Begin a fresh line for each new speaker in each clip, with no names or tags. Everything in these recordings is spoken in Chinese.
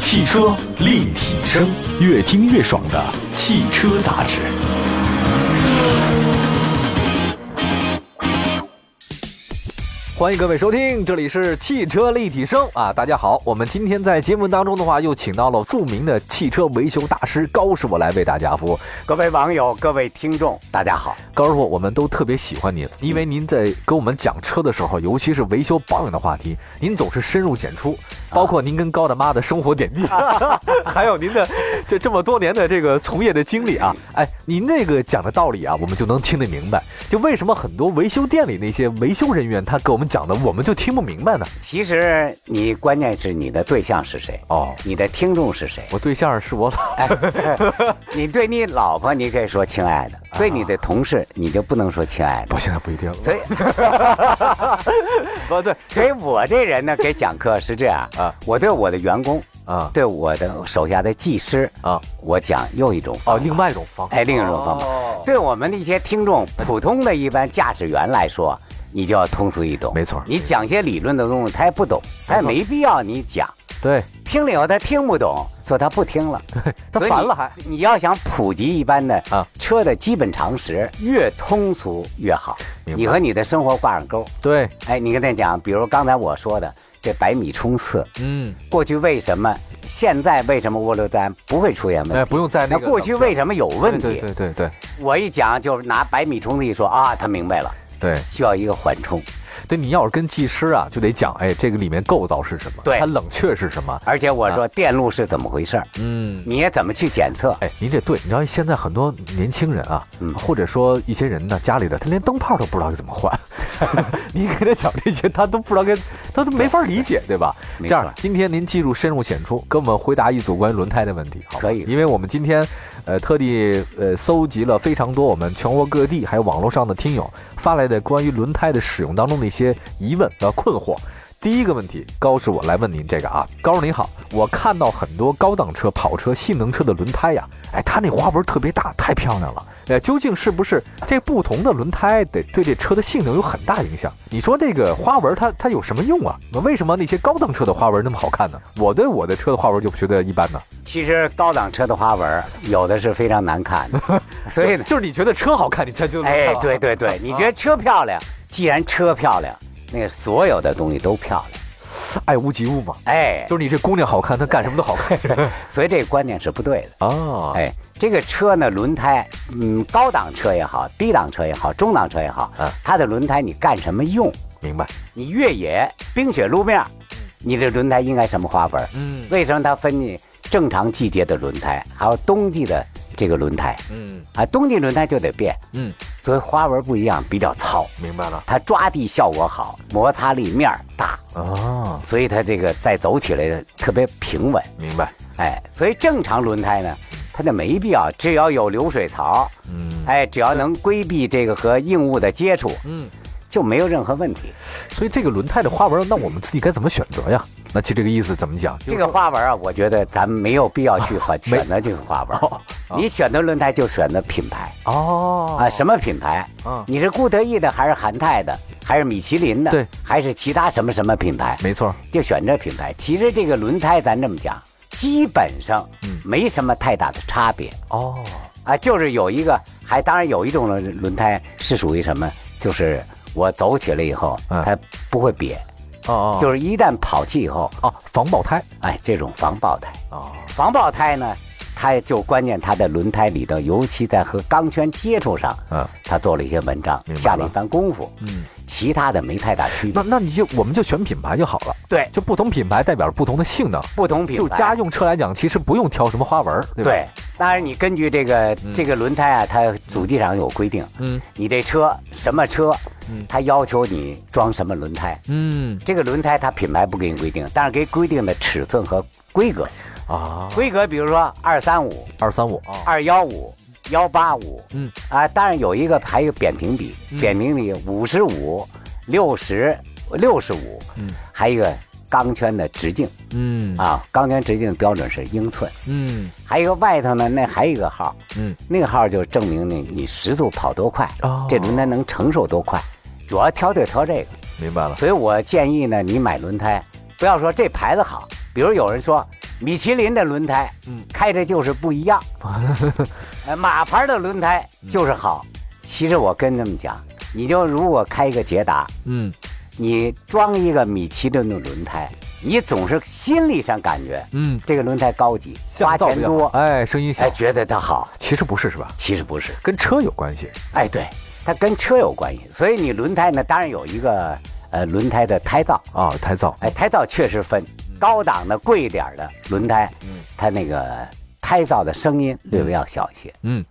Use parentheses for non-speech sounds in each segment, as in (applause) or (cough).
汽车立体声，越听越爽的汽车杂志。
欢迎各位收听，这里是汽车立体声啊！大家好，我们今天在节目当中的话，又请到了著名的汽车维修大师高师傅来为大家服务。
各位网友、各位听众，大家好。
高师傅，我们都特别喜欢您，因为您在跟我们讲车的时候，尤其是维修保养的话题，您总是深入浅出，
啊
包括您跟高大妈的生活点
(laughs)
滴，还有您的这这么多年的这个从业的经历啊，哎，您这个讲的道理啊，我们就能听得明白。就为什么很多维修店里那些维修人员他给我们讲的，我们就听不明白呢？
其实你关键是你的对象是谁，
哦，
你的听众是
(laughs)
谁。哎
我对象是我老
(laughs) 你对你老婆，你可以说亲爱的；对你的同事，你就不能说亲爱的
啊不。现在不
(laughs)
一定了。
所以，
不对
(laughs) 所以我这人呢，给讲课是这样
啊，
我对我的员工，
啊
对我的手下的技师，
啊
我讲又一种
哦，
方法
另外一种方法，
哎，另一种方法。
哦
对我们的一些听众，普通的一般驾驶员来说，你就要通俗易懂。
没错
你讲些理论的东西，他也不懂，他也没必要你讲。
对，
听了以后他听不懂，所以他不听了，
(laughs) 他
所以
烦
你
了还。
你要想普及一般的呃
啊
车的基本常识，越通俗越好。
明白
你和你的生活挂上钩。
对，
哎，你跟他讲，比如刚才我说的这百米冲刺，
嗯，
过去为什么，现在为什么涡流单不会出现问题？
哎，不用在
那
那个
过去为什么有问题？
对对对对
我一讲就是拿百米冲刺一说啊，他明白了，
对
需要一个缓冲，
对，你要是跟技师啊，就得讲，哎，这个里面构造是什么，
对
它冷却是什么，
而且我
啊
说电路是怎么回事儿，
嗯。
你也怎么去检测。
哎，您这对，你知道现在很多年轻人啊，
嗯
或者说一些人呢，家里的他连灯泡都不知道该怎么
(laughs)
换，你给他讲这些，他都不知道该，他都没法理解，对吧？这
没
样
错，
今天您记住深入浅出，跟我们回答一组关于轮胎的问题，好吧
可以
因为我们今天，呃，特地呃搜集了非常多我们全国各地还有网络上的听友发来的关于轮胎的使用当中的一些疑问和困惑。第一个问题，高师傅来问您这个啊，高师傅您好，我看到很多高档车、跑车、性能车的轮胎呀、哎，它那花纹特别大，太漂亮了。呃，究竟是不是这不同的轮胎得对这车的性能有很大影响？你说这个花纹它它有什么用啊？为什么那些高档车的花纹那么好看呢？我对我的车的花纹就觉得一般呢。
其实高档车的花纹儿有的是非常难看
(laughs)
的，所以呢
就，就是你觉得车好看，你才觉得
哎，对对对，你觉得车漂亮，既然车漂亮，那个所有的东西都漂亮。
得爱屋及乌嘛？
哎，
就是你这姑娘好看，她干什么都好
(laughs)
看
所以这个观念是不对的。
啊。
哎，这个车呢，轮胎，嗯，高档车也好，低档车也好，中档车也好
嗯，
它的轮胎你干什么用？
明白。
你越野、冰雪路面儿，你这轮胎应该什么花纹儿？
嗯
为什么它分你正常季节的轮胎，还有冬季的这个轮胎
嗯
啊？冬季轮胎就得变，
嗯，
所以花纹不一样，比较糙，
明白了
它抓地效果好，摩擦力面儿大，
啊，
所以它这个再走起来特别平稳。
明白。
哎，所以正常轮胎呢，它就没必要，只要有流水槽，
嗯
哎，只要能规避这个和硬物的接触，
嗯，
就没有任何
(laughs)
问题。
所以这个轮胎的花纹，那我们自己该怎么选择呀？那其实这个意思怎么讲？
这个花纹啊，我觉得咱们没有必要去花选择这个花纹。
哦
你选择轮胎就选择品牌
哦
啊，什么品牌？
嗯
你是固特异的还是韩泰的，还是米其林的？
对，
还是其他什么什么品牌？
没错，
就选这品牌。其实这个轮胎，咱这么讲，基本上
嗯
没什么太大的差别
哦，
啊，就是有一个，还当然有一种轮轮胎是属于什么，就是我走起来以后，
嗯
它不会瘪，
哦哦，
就是一旦跑气以后，
哦，防爆胎
哎，这种防爆胎。
哦，
防爆胎呢，它就关键它的轮胎里头，尤其在和钢圈接触上，
嗯
它做了一些文章，
明白了
下了一番功夫，
嗯，
其他的没太大区别
那。那你就我们就选品牌就好了，
对，
就不同品牌代表不同的性能。
不同品牌
就家用车来讲，其实不用挑什么花纹儿，对吧？
对，当然你根据这个、
嗯
这个轮胎啊，它主机上有规定，
嗯
你这车什么车
嗯，
它要求你装什么轮胎。
嗯
这个轮胎它品牌不给你规定，但是给规定的尺寸和规格。
啊，
规格比如说二三五、
二三五啊，
二幺五、幺八五，
嗯
啊，当然有一个还有扁平比，
嗯
扁平比五十五、六十、六十五，
嗯
还有一个钢圈的直径
嗯
啊，钢圈直径标准是英寸。
嗯
还有一个外头呢，那还有一个号，
嗯
那个号就证明你你时速跑多快，
哦
这轮胎能承受多快，主要挑就挑这个。
明白了，
所以我建议呢，你买轮胎，不要说这牌子好，比如有人说米其林的轮胎，
嗯
开着就是不
(laughs)
一样。呃，马牌的轮胎
嗯
就是好。其实我跟他们讲，你就如果开一个捷达，
嗯
你装一个米其林的轮胎，你总是心理上感觉
嗯，
这个轮胎高级，花
降噪
钱
比较好
多，
哎，声音小
哎，，觉得它好。
其实不是是吧？
其实不是，
跟车有关系。
哎，对，它跟车有关系。所以你轮胎呢，当然有一个呃轮胎的胎噪，
啊，胎噪，
哎，胎噪确实分高档的、贵一点的轮胎，
嗯
它那个胎噪的声音略微要小一些。
嗯，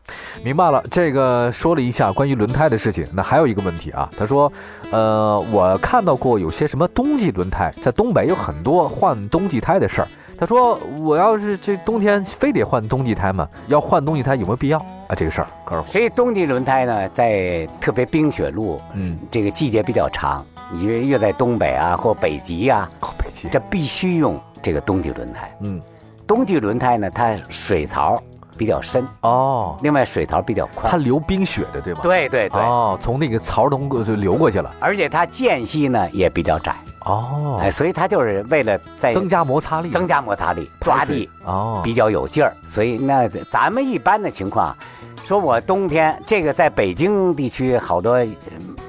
明白了。这个说了一下关于轮胎的事情，那还有一个问题啊，他说，呃，我看到过有些什么冬季轮胎，在东北有很多换冬季胎的事儿。他说，我要是这冬天非得换冬季胎吗？要换冬季胎有没有必要啊？这个事儿，可是，
所以冬季轮胎呢，在特别冰雪路，
嗯，
这个季节比较长，你越越在东北啊或北极啊，
好北极，
这必须用这个冬季轮胎。
嗯，
冬季轮胎呢，它水槽比较深，
哦，
另外水槽比较
它
宽。
流冰雪的，对吗？，
对对对，
哦，从那个槽中过就流过去了，
而且它间隙呢也比较窄，
哦，
哎，所以它就是为了在
增加摩擦力，
哎增加摩擦力，抓
排水
地
哦，
比较有劲儿。所以那咱们一般的情况，啊说我冬天这个在北京地区好多呃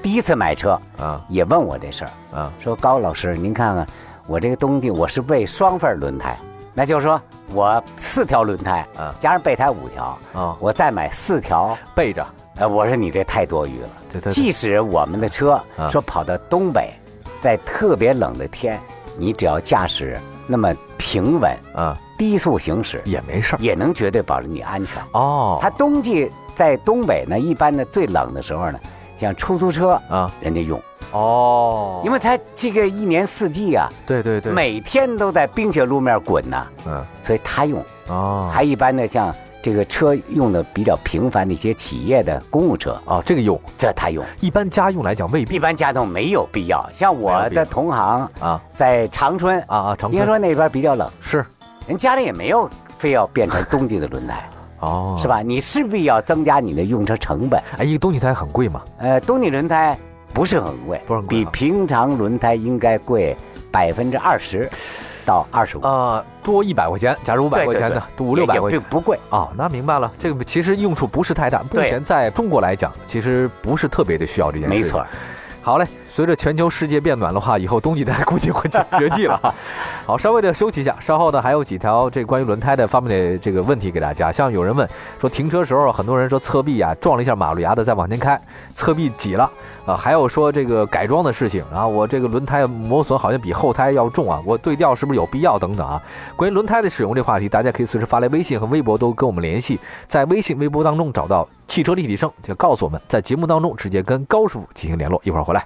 第一次买车
啊
也问我这事儿，
啊，
说高老师您看看我这个冬季我是备双份轮胎，那就是说我四条轮胎
嗯
加上备胎五条，
啊，
我再买四条。
背着，
呃，我说你这太多余了。
对对，对
即使我们的车
啊
说跑到东北，在特别冷的天，你只要驾驶那么平稳、
啊，
低速行驶，
也没事儿。
也能绝对保证你安全。
哦，
它冬季在东北呢，一般的最冷的时候呢，像出租车
啊，
人家用，
哦，
因为它这个一年四季啊，
对对对，
每天都在冰雪路面滚呐、
嗯
所以它用。
哦，
还一般的像这个车用的比较频繁的一些企业的公务车，
哦，这个用
这它用。
一般家用来讲未必
一般家庭没有必要，像我
没有必要
的同行
啊
在长春，
啊啊，长
应该
春
说那边比较冷，
是
人家里也没有非要变成冬季的轮胎，
哦，
是？吧？你势必要增加你的用车成本。
哎，一个冬季胎很贵嘛，
呃，冬季轮胎不是很贵，
不是很贵
比
啊
平常轮胎应该贵百分之二十到二十五，
呃，多一百块钱，假如五百
对
块
对
钱
对
的，五六百
也
块钱
并不贵。
哦，那明白了，这个其实用处不是太大，目
对
前在中国来讲，其实不是特别的需要这件事，
没错。，
好嘞，随着全球世界变暖的话，以后冬季大家估计会绝绝迹了。 (laughs) 好，稍微的休息一下，稍后呢还有几条这关于轮胎的方面的这个问题给大家。像有人问说，停车时候很多人说侧壁啊撞了一下马路牙子再往前开，侧壁挤了啊、还有说这个改装的事情啊，我这个轮胎磨损好像比后胎要重啊，我对调是不是有必要等等啊？关于轮胎的使用这话题，大家可以随时发来微信和微博都跟我们联系，在微信、微博当中找到“汽车立体声”，就告诉我们，在节目当中直接跟高师傅进行联络。一会儿回来。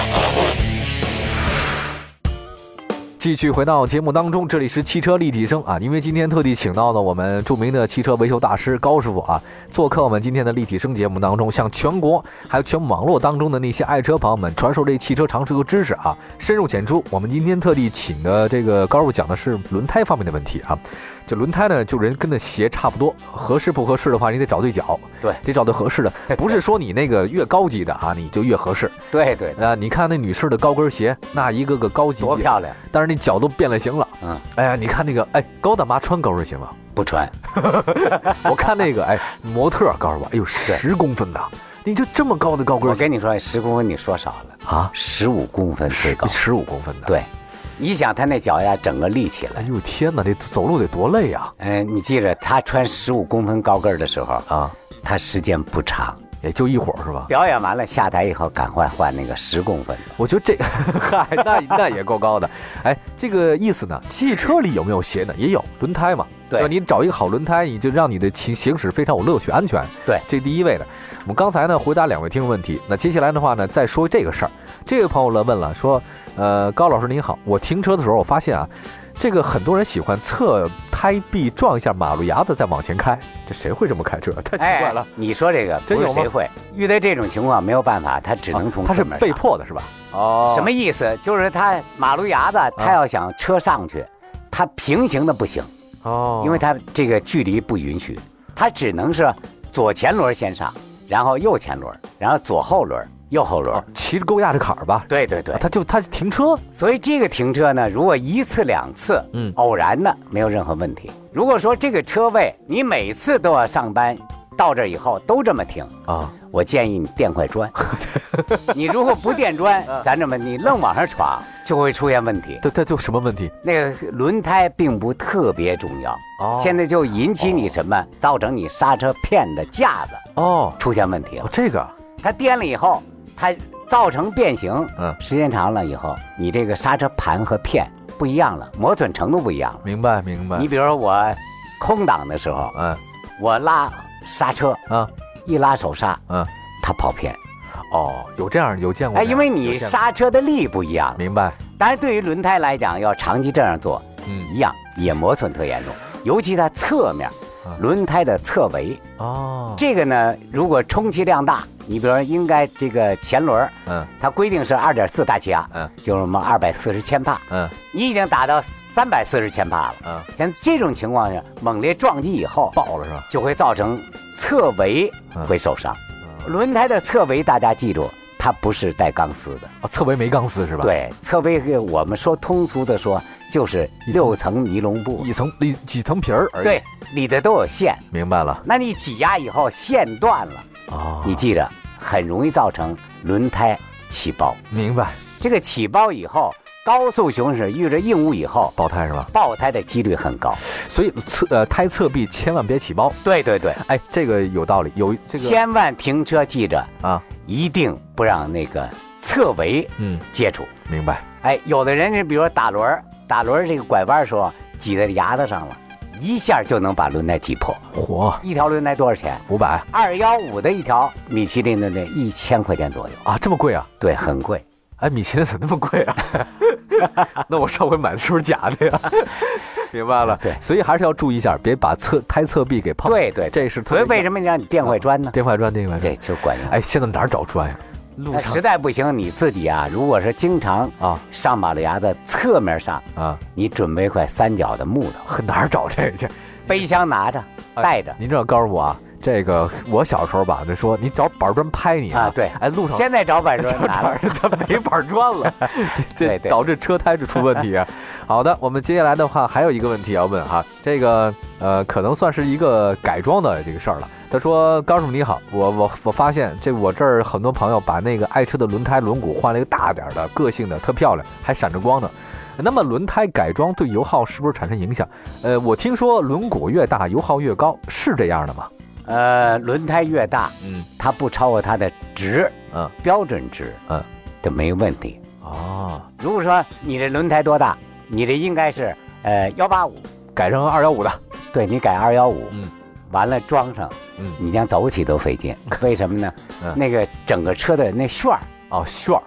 继续回到节目当中，这里是汽车立体声啊，因为今天特地请到了我们著名的汽车维修大师高师傅啊，做客我们今天的立体声节目当中，向全国还有全网络当中的那些爱车朋友们传授这汽车常识和知识啊，深入浅出。我们今天特地请的这个高师傅讲的是轮胎方面的问题啊，这轮胎呢，就人跟那鞋差不多，合适不合适的话，你得找对脚，
对
得找对合
(laughs)
适的，不是说你那个越高级的啊，你就越合适。
对对，
啊，你看那女士的高跟鞋，那一个个高级
多
级
漂亮！
但是那脚都变了形了。
嗯，
哎呀，你看那个，哎，高大妈穿高跟鞋
(laughs)
吗？
不穿，
我看那个，哎，模特儿高跟吧，哎呦，十公分的，你就这么高的高
我
跟鞋
跟你说，十公分你说少了，
啊？
十五公分最高。
十五公分的，，
对，你想他那脚呀，整个立起
哎
来。
呦天哪，这走路得多累啊！
嗯、你记着，他穿十五公分高跟儿的时候，
啊，
他时间不长。
也就一会儿是吧？
表演完了下台以后，赶快换那个十公分的。
我觉得这， (laughs) 嗨，那那也够高的。哎，这个意思呢？汽车里有没有鞋呢？也有轮胎嘛。
对
吧你找一个好轮胎，你就让你的行行驶非常有乐趣、安全。
对
这第一位的。我们刚才呢回答两位听众问题，那接下来的话呢再说这个事儿。这位朋友呢问了说，呃，高老师您好，我停车的时候我发现啊，这个很多人喜欢侧胎壁撞一下马路牙子再往前开，这谁会这么开车？太奇怪了啊
哎。，你说这个
真
不是
有吗
谁会遇到这种情况没有办法，他只能从
他是
侧面
被
上
迫的，是吧？哦
什么意思？就是他马路牙子，他要想车上去，他平行的不行，
哦，
因为他这个距离不允许，他只能是左前轮先上，然后右前轮，然后左后轮，右后轮
哦。骑着高压着坎儿吧，
对对对
啊，他就他停车，
所以这个停车呢，如果一次两次，
嗯
偶然的没有任何问题。如果说这个车位你每次都要上班，到这以后都这么停，
啊，
我建议你垫
(laughs)
块砖。你如果不垫砖，
嗯
咱这么你愣往上闯，就会出现问题。
这这就什么问题？
那个轮胎并不特别重要，
哦
现在就引起你什么，造成你刹车片的架子
哦，
出现问题
哦
了。
这个
它颠了以后，它造成变形，
嗯
时间长了以后，你这个刹车盘和片不一样了，磨损程度不一样了。
明白明白。
你比如说我空档的时候，
嗯
我拉刹车，
啊
一拉手刹，
嗯，
它跑偏。
哦，有这样有见过
哎，
这样
因为
有
你
见过
刹车的力不一样。
明白，
当然，对于轮胎来讲，要长期这样做，
嗯
一样也磨损特严重，尤其它侧面
啊，
轮胎的侧围，
哦，
这个呢，如果充其量大，你比如说应该这个前轮儿，
嗯
它规定是二点四大气压，
嗯，
就是我们二百四十千帕，
嗯
你已经达到三百四十千帕了。
嗯，
像这种情况下，猛烈撞击以后，
爆了是吧？
就会造成侧围
嗯
会受伤。
嗯
轮胎的侧围，大家记住，它不是带钢丝的。
哦，侧围没钢丝是吧？，
对，侧围我们说通俗的说，就是
一层
六层尼龙布，
一层里几层皮儿而已。
对，，里头都有线。
明白了。
那你挤压以后线断了，
哦，
你记着，很容易造成轮胎起包。
明白
这个起包以后，高速行驶遇着硬物以后，
爆胎是吧？
爆胎的几率很高。
所以侧呃胎侧壁千万别起包。
对对对，
哎，这个有道理，有这个
千万停车记着，
啊，
一定不让那个侧围
嗯，
接触。
明白。
哎，有的人是比如说打轮儿，打轮儿这个拐弯儿时候挤在牙子上了，一下就能把轮胎挤破。
嚯，
一条轮胎多少钱？
五百
二幺五的一条，米其林的那一千块钱左右，
啊，这么贵啊？
对，很贵。
哎，米其林怎么那么贵
(laughs)
啊？ (laughs) 那我上回买的是不是假的呀？明白了，
对
所以还是要注意一下，别把侧胎侧壁给碰。
对对对
哦这是
所以为
么
什么你让你垫块砖呢？
电快砖，电快
对，
砖。
就管用。
哎，现在哪儿找砖呀？路
那
上
实在不行，你自己啊，如果是经常
啊
上马路牙子侧面上，
啊，
你准备块三角的木头，
呵哪儿找这个去？
背箱拿着，
嗯哎
带着。
您这告诉我啊，这个我小时候吧，就说你找板砖拍你
啊对
哎，路上
现在找板砖
这
拿
哪儿
了，
他没板砖
(laughs)
了，这
对对
导致车胎就出问题啊。好的，我们接下来的话还有一个问题要问哈，这个呃可能算是一个改装的这个事儿了。他说：“高师傅你好，我我我发现这我这儿很多朋友把那个爱车的轮胎轮毂换了一个大点儿的、个性的，特漂亮，还闪着光呢。那么轮胎改装对油耗是不是产生影响？呃，我听说轮毂越大油耗越高，是这样的吗？
呃，轮胎越大，
嗯，
它不超过它的值，
嗯，
标准值，
嗯，
就没有问题。
哦，
如果说你这轮胎多大，你这应该是呃幺八五，
改成二幺五的，
对你改二幺五，
嗯，
完了装上，
嗯
你像走起都费劲，为什么呢？
嗯
那个整个车的那旋儿，
哦，旋儿，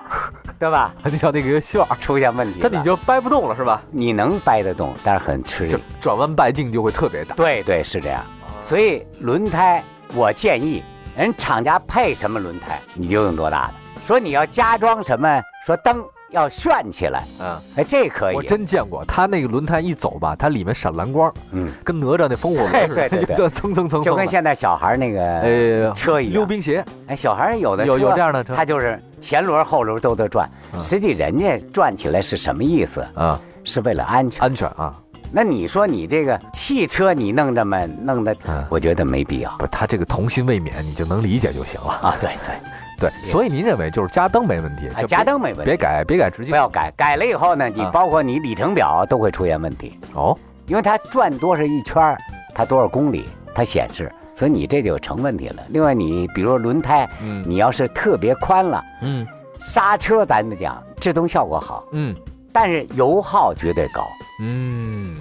对吧？
(laughs) 那叫那个旋儿。”
出现问题
那
了，
啊你就掰不动了是吧？
你能掰得动，但是很吃
就
力。
转弯半径就会特别大。
对对，是这样。所以轮胎，我建议人厂家配什么轮胎，你就用多大的。说你要加装什么，说灯要炫起来，
嗯，
哎，这可以。
我真见过，它那个轮胎一走吧，它里面闪蓝光，
嗯，
跟哪吒那风火轮似的，
(laughs) 对对对
就蹭蹭蹭蹭的，
就跟现在小孩那个
呃
车一
溜
样。
冰鞋
哎，小孩有的
有有
车
这样的车
他就是前轮后轮都得转。
嗯
实际人家转起来是什么意思？
啊，
是为了安全。
安全啊，
那你说你这个汽车你弄这么弄的
嗯，
我觉得没必要
不，它这个童心未泯，你就能理解就行了。
啊。对对，
对，所以您认为就是加灯没问题，
哎
就
加灯没问题。
别改别改直
不
径
要改，改了以后呢，你
啊
包括你里程表都会出现问题，
哦，
因为它转多少一圈儿，它多少公里，它显示，所以你这就成问题了。另外，你比如说轮胎，
嗯
你要是特别宽了，
嗯
刹车咱们讲制动效果好，
嗯
但是油耗绝对高，
嗯，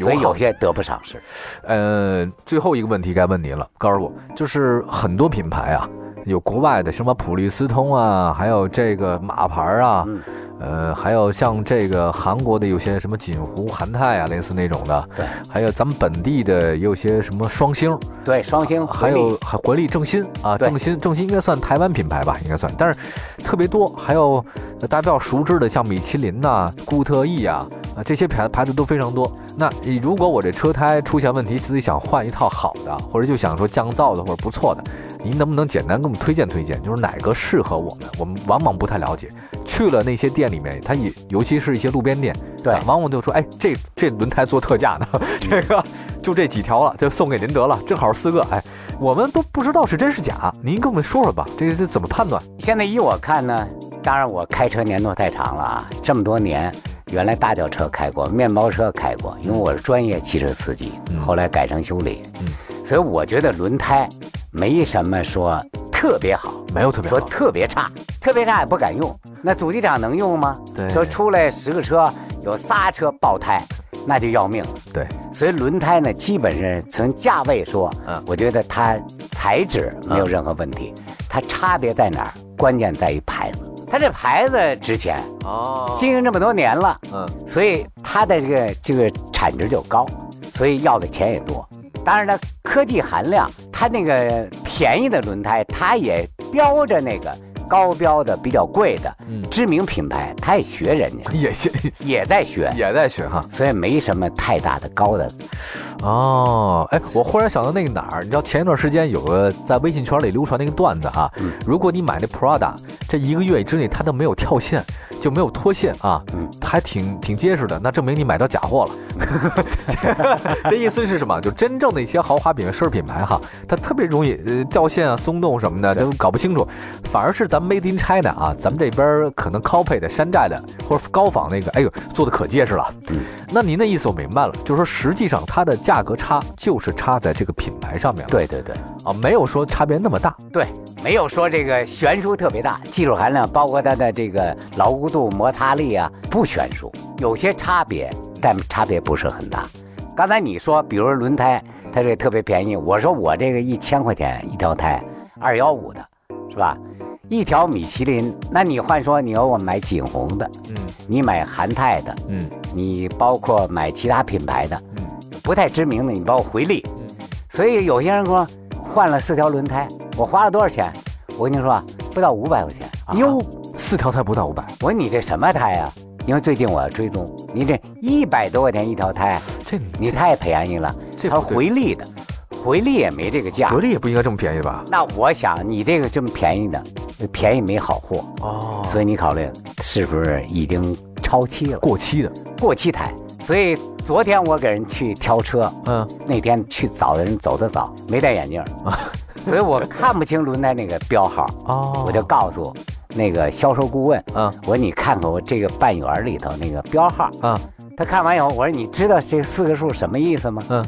所以
好
有些得不偿失。
呃，最后一个问题该问您了，告诉我，就是很多品牌啊，有国外的什么普利司通啊，还有这个马牌啊，
嗯
呃，还有像这个韩国的有些什么锦湖、韩泰啊，类似那种的，
对，
还有咱们本地的也有些什么双星，
对，双星
还
回力
有还回力正新啊，
对
正新正新应该算台湾品牌吧，应该算，但是特别多，还有呃大家比较熟知的像米其林呐、固特异啊啊这些牌牌子都非常多。那你如果我这车胎出现问题，自己想换一套好的，或者就想说降噪的或者不错的，您能不能简单给我们推荐推荐，就是哪个适合我们？我们往往不太了解，去了那些店里面，它也尤其是一些路边店，
对
啊往往就说，哎，这这轮胎做特价呢，这个就这几条了，就送给您得了，正好四个，哎，我们都不知道是真是假，您跟我们说说吧，这这怎么判断？
现在依我看呢，当然我开车年头太长了啊，这么多年，原来大轿车开过，面包车开过，因为我是专业汽车司机
嗯，
后来改成修理，
嗯
所以我觉得轮胎没什么说特别好，
没有特别
说
好，
特别差，特别差也不敢用。那主机厂能用吗？
对
说出来十个车有仨车爆胎，那就要命了。
对，
所以轮胎呢，基本是从价位说，
嗯
我觉得它材质没有任何问题，它差别在哪儿？关键在于牌子，它这牌子值钱，
哦
经营这么多年了，
嗯
所以它的这个这个产值就高，所以要的钱也多。当然了，科技含量，它那个便宜的轮胎，它也标着那个高标的、比较贵的
嗯，
知名品牌，它也学人家，
也也
也在学，
也在学哈，
所以没什么太大的高的
哦，哎，我忽然想到那个哪儿，你知道前一段时间有个在微信圈里流传那个段子啊，
嗯
如果你买那 Prada，这一个月之内它都没有跳线，就没有脱线啊，
嗯
还挺挺结实的，那证明你买到假货了。 (laughs) 这意思是什么？就真正的一些豪华品牌、奢侈品牌哈，它特别容易呃掉线啊、松动什么的，都搞不清楚。反而是咱们 Made in China 啊，咱们这边儿可能 copy 的、山寨的或者高仿那个，哎呦，做的可结实了。
嗯
那您的意思我明白了，就是说实际上它的价格差就是差在这个品牌上面了，
对对对
啊，没有说差别那么大。
对，没有说这个悬殊特别大，技术含量包括它的这个牢固度、摩擦力啊，不悬殊，有些差别，但差别不是很大。刚才你说，比如说轮胎，它这特别便宜，我说我这个一千块钱一条胎，二幺五的，是吧？一条米其林，那你换说你要我买锦鸿的，
嗯
你买韩泰的，
嗯
你包括买其他品牌的，
嗯
不太知名的，你包括回力，
嗯，
所以有些人说换了四条轮胎，我花了多少钱？我跟你说啊，不到五百块钱。
哎
哟，
四条才不到五百，
我说你这什么胎啊？因为最近我要追踪，你这一百多块钱一条胎，
这
你太便宜了。
这
他说
不对
回力的，回力也没这个价
格。力也不应该这么便宜吧？
那我想你这个这么便宜的，便宜没好货，
哦
所以你考虑是不是已经超期了，
过期的，
过期胎。所以昨天我给人去挑车，
嗯
那天去早的人走得早，没戴眼镜啊，所以我看不清轮胎那个标号，
哦
我就告诉那个销售顾问，
嗯
我说你看看我这个半圆里头那个标号。
嗯
他看完以后，我说你知道这四个数什么意思吗？
嗯，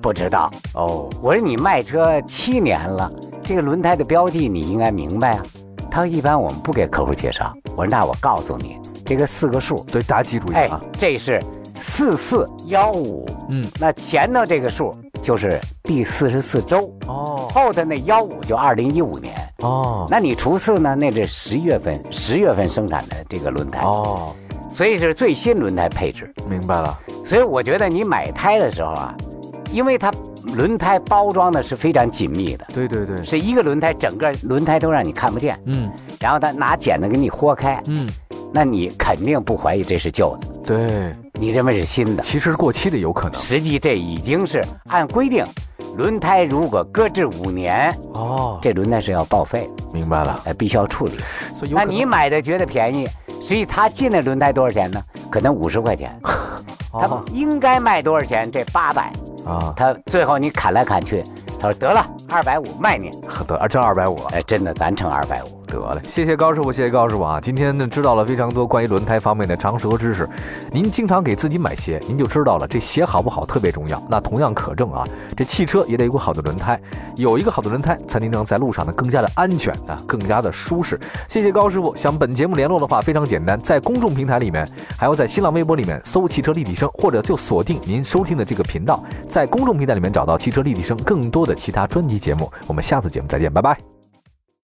不知道。
哦
我说你卖车七年了，这个轮胎的标记你应该明白啊。他说一般我们不给客户介绍。我说那我告诉你，这个四个数，
对，大家记住一下
哎
啊，，
这是四四幺五，
嗯
那前头这个数就是第四十四周，
哦
后头那幺五就二零一五年。
哦
那你除四呢？那是十月份，十月份生产的这个轮胎，
哦，
所以是最新轮胎配置。
明白了，
所以我觉得你买胎的时候啊，因为它轮胎包装的是非常紧密的，
对对对，
是一个轮胎整个轮胎都让你看不见，
嗯
然后他拿剪子给你豁开，
嗯，
那你肯定不怀疑这是旧的，
对，
你认为是新的。
其实过期的有可能
实际这已经是按规定，轮胎如果搁置五年，
哦，
这轮胎是要报废的，
明白了，
呃，必须要处理。
所以有
那
可能哦
你买的觉得便宜，实际他进的轮胎多少钱呢？可能五十块钱，他
哦
应该卖多少钱？这八百，
啊，
他最后你砍来砍去，他说得了，二百五卖你。
得挣啊二百五了。
哎，真的，咱成二百五。
得嘞，谢谢高师傅，谢谢高师傅啊！今天呢，知道了非常多关于轮胎方面的常识和知识。您经常给自己买鞋，您就知道了这鞋好不好特别重要。那同样可证啊，这汽车也得有个好的轮胎，有一个好的轮胎，才能让在路上呢更加的安全啊，更加的舒适。谢谢高师傅。想本节目联络的话非常简单，在公众平台里面，还有在新浪微博里面搜“汽车立体声”，或者就锁定您收听的这个频道，在公众平台里面找到“汽车立体声”更多的其他专辑节目。我们下次节目再见，拜拜。